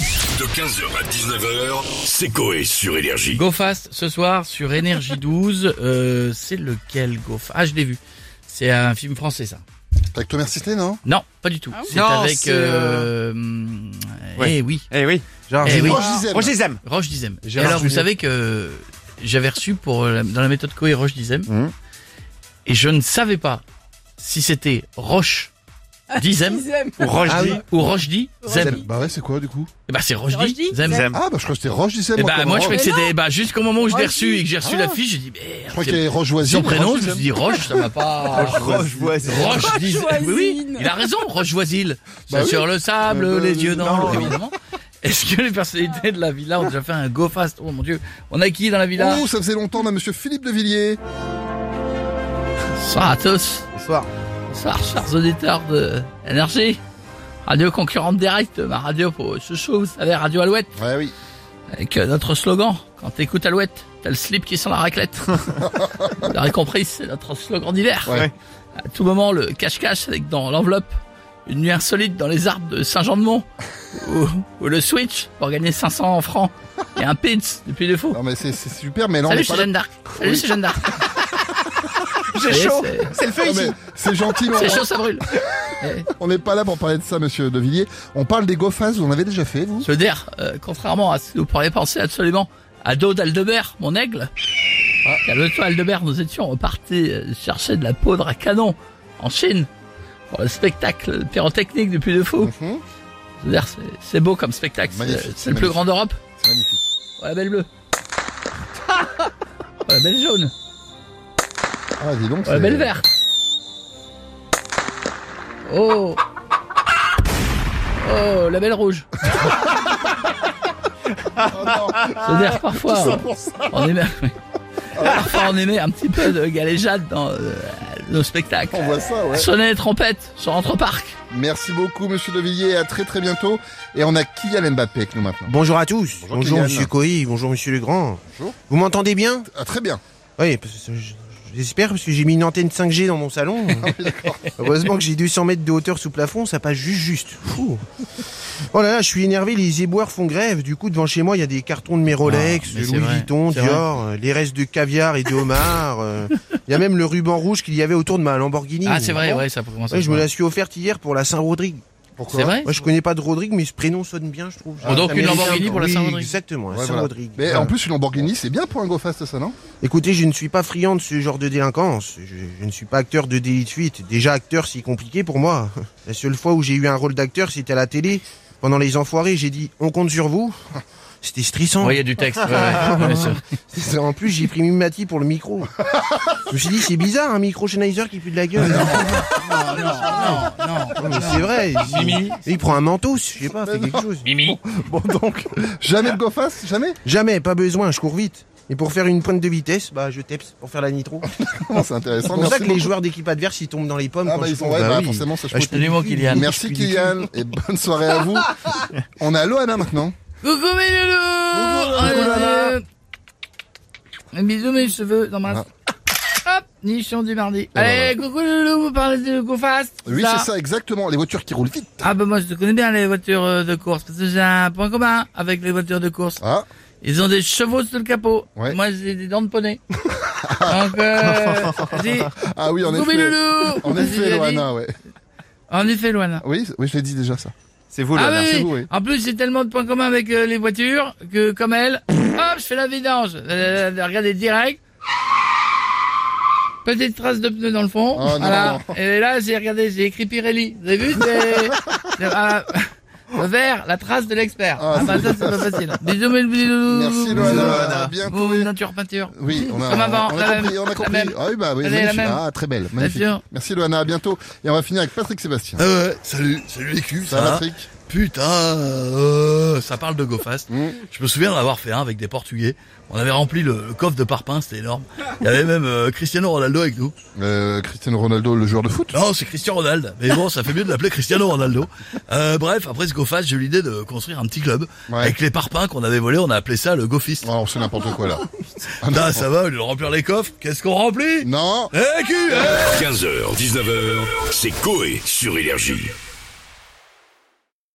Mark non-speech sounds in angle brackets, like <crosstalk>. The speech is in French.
De 15h à 19h, c'est Coé sur Énergie. Go Fast ce soir sur Énergie 12. Euh, c'est lequel Go Fast Ah, je l'ai vu. C'est un film français, ça. Avec Thomas Sisley, non Non, pas du tout. c'est Non, avec. c'est, Euh... hum, Ouais. Eh oui, Eh oui. Genre, Eh oui. Roche Dizem. Roche Dizem. Roche Dizem. Et Gérard alors, vous Jugnot. savez que j'avais reçu pour la- dans la méthode Coé Roche Dizem, Mhm. et je ne savais pas si c'était Roche Dizem Dixième. Ou Roche Dizem. ou Roche Di Zem. Dizem. Bah ouais, c'est quoi du coup Eh ben, c'est Roche Roche Di Di Zem. Zem. Ah bah je crois que c'était Roche Dizem. Eh ben, moi, je croyais que Mais c'était. Bah, jusqu'au moment où je l'ai Roche reçu Di. et que j'ai reçu Ah. la fiche, j'ai dit, merde, Je crois c'est qu'il y avait Roche Voisine. Son prénom, Roche je me suis Dizem. dit Roche, ça va pas. <laughs> Roche Voisine. Roche disait. Voisine. Oui, oui, il a raison, Roche Voisile. Bah oui. Sur le sable, Euh, les yeux dans non. l'eau, évidemment. Est-ce que les personnalités de la villa ont déjà fait un go fast Oh mon dieu, on a qui dans la villa Oh, ça faisait longtemps, on a monsieur Philippe de Villiers. Bonsoir à tous. Bonsoir. Bonsoir, chers auditeurs de NRJ. Radio concurrente directe, ma radio pour chouchou, vous savez, Radio Alouette. Ouais, oui. Avec euh, notre slogan, quand t'écoutes Alouette, t'as le slip qui sent la <laughs> raclette. vous l'aurez compris, c'est notre slogan d'hiver. Ouais. À tout moment, le cache-cache avec dans l'enveloppe une nuit insolite dans les arbres de Saint-Jean-de-Mont. ou, ou le switch pour gagner 500 francs. Et un pins depuis le faux. Non mais c'est c'est super, mais là on Salut, est c'est pas là. Jeanne d'Arc. Salut, Oui. c'est <laughs> Jeanne d'Arc. J'ai Oui, chaud. c'est- C'est le feu Non, ici. mais c'est gentil, mais C'est on- chaud, ça brûle. Eh, on n'est pas là pour parler de ça, monsieur De Villiers. On parle des GoFast, vous en avez déjà fait, vous Je veux dire, euh, contrairement à ce que vous pourriez penser absolument, à dos d'Aldebert, mon aigle. Ah. Calme-toi, Aldebert, nous étions repartis euh, chercher de la poudre à canon en Chine pour le spectacle pyrotechnique du Puy de Fou. Mhm. Je veux dire, c'est- c'est beau comme spectacle. C'est Magnifique, c'est le plus magnifique. grand d'Europe. C'est magnifique. Oh, la belle <laughs> bleue. Oh, la belle jaune. Ah, dis donc. Oh, la c'est- belle verte. Oh. Oh, la belle rouge. Oh, non. C'est-à-dire parfois, Tout ça on- pour ça. on émet, parfois on émet un petit peu de galéjade dans euh, nos spectacles. On voit ça, Oh, ouais. Sonner les trompettes sur Entre Parc. Merci beaucoup, monsieur De Villiers. À très très bientôt. Et on a Kylian Mbappé avec nous maintenant. Bonjour à tous. Bonjour, Kylian. Monsieur Coy, bonjour Monsieur Legrand. Bonjour. Vous m'entendez bien Ah, très bien. Oui, parce que je- j'espère parce que j'ai mis une antenne 5G dans <laughs> mon salon. Ah Heureusement que j'ai 200 mètres de hauteur sous plafond, ça passe juste juste. Fou. Oh là là, je suis énervé, les éboueurs font grève. Du coup, devant chez moi, il y a des cartons de mes Rolex, Ah, mais de c'est Louis vrai, Vuitton, c'est vrai. Dior, euh, les restes de caviar et de homard. euh, Il y a même le ruban rouge qu'il y avait autour de ma Lamborghini. Ah, c'est vrai, ouais, ça peut commencer. Ouais, je me la suis offerte hier pour la Saint-Rodrigue. Pourquoi C'est vrai Moi, je connais pas de Rodrigue, mais ce prénom sonne bien, je trouve. Oh, donc Ça une mérite Lamborghini un- pour la oui, Saint-Rodrigue. Exactement, la Ouais, voilà. Saint-Rodrigue. Mais Voilà. en plus, une Lamborghini, c'est bien pour un GoFast, ça, non Écoutez, je ne suis pas friand de ce genre de délinquance. Je, je ne suis pas acteur de délit de fuite. Déjà acteur, c'est compliqué pour moi. <laughs> La seule fois où j'ai eu un rôle d'acteur, c'était à la télé. Pendant les enfoirés, j'ai dit on compte sur vous. <laughs> C'était stressant. Ouais, il y a du texte. ouais, <laughs> ouais. Ouais, c'est- En plus, j'ai pris Mimati pour le micro. je me suis dit c'est bizarre un micro Schneider qui pue de la gueule. non, non, non, non. Non, mais c'est vrai. Il, il prend un manteau, je sais pas, fait quelque chose. Mimi. Bon, donc, jamais de GoFast Jamais Jamais, pas besoin, je cours vite. Et pour faire une pointe de vitesse, bah je teps pour faire <laughs> la nitro. Comment c'est intéressant C'est pour ça Merci que les beaucoup. joueurs d'équipe adverse ils tombent dans les pommes. Ah, quand bah, je ils sont, cours. ouais, Bah bah, oui. forcément, ça, je Ah, peux je te dis, Absolument, Kylian. Merci Kylian et bonne soirée à <laughs> vous. On a Loana maintenant. Coucou mes loulous Coucou, Lana. Ah. Un bisou mes cheveux dans ma... Hop, nichon du mardi. Allez, coucou les loulous, vous parlez de go fast Oui, c'est ça exactement, les voitures qui roulent vite. Ah bah moi je te connais bien les voitures euh, de course, parce que j'ai un point commun avec les voitures de course. Ah, Ils ont des chevaux sous le capot. Ouais. Moi, j'ai des dents de <laughs> poney. Donc, euh, vas-y. ah oui, en Coucou, effet. Biloulou. En Vas-y, vas-y. effet, Loana, ouais. En effet, Loana. Oui, oui, je l'ai dit déjà ça. C'est vous, ah là. oui, c'est oui. vous, oui. En plus, j'ai tellement de points communs avec euh, les voitures que, comme elle, hop, je fais la vidange. Euh, regardez direct. Petite trace de pneu dans le fond. Oh, non. Voilà. Et là, j'ai regardé, j'ai écrit Pirelli. Vous avez vu <laughs> c'est- c'est- ah, Le vert, la trace de l'expert. Ah, Ah, bah ça, c'est <laughs> pas facile. Bisous, mes bisous. Merci, Loana. À bientôt. Vous, nature peinture. <laughs> Oui, on a, Comme avant, on la a même, compris, on a la compris. même. Ah oui, bah oui, Elle est la magnifique. même. Ah, très belle, magnifique. sûr. Merci Loana, à bientôt. Et on va finir avec Patrick Sébastien. Ah ouais, salut, salut les culs, Ça ça, va, va Patrick Putain, euh, ça parle de GoFast. Mm. Je me souviens d'en avoir fait un avec des Portugais. On avait rempli le, le coffre de parpaing, c'était énorme. Il y avait même euh, Cristiano Ronaldo avec nous. euh, Cristiano Ronaldo, le joueur de foot Non, c'est Christian Ronaldo. Mais bon, ça fait mieux de l'appeler Cristiano Ronaldo. Euh, bref, après ce GoFast, j'ai eu l'idée de construire un petit club. Ouais. Avec les parpaings qu'on avait volés, on a appelé ça le GoFist. Oh, c'est n'importe <laughs> quoi là. Là, ça va, au lieu de remplir les coffres, qu'est-ce qu'on remplit Non Eh, cul, eh 15h, 19h, c'est Coé sur Énergie.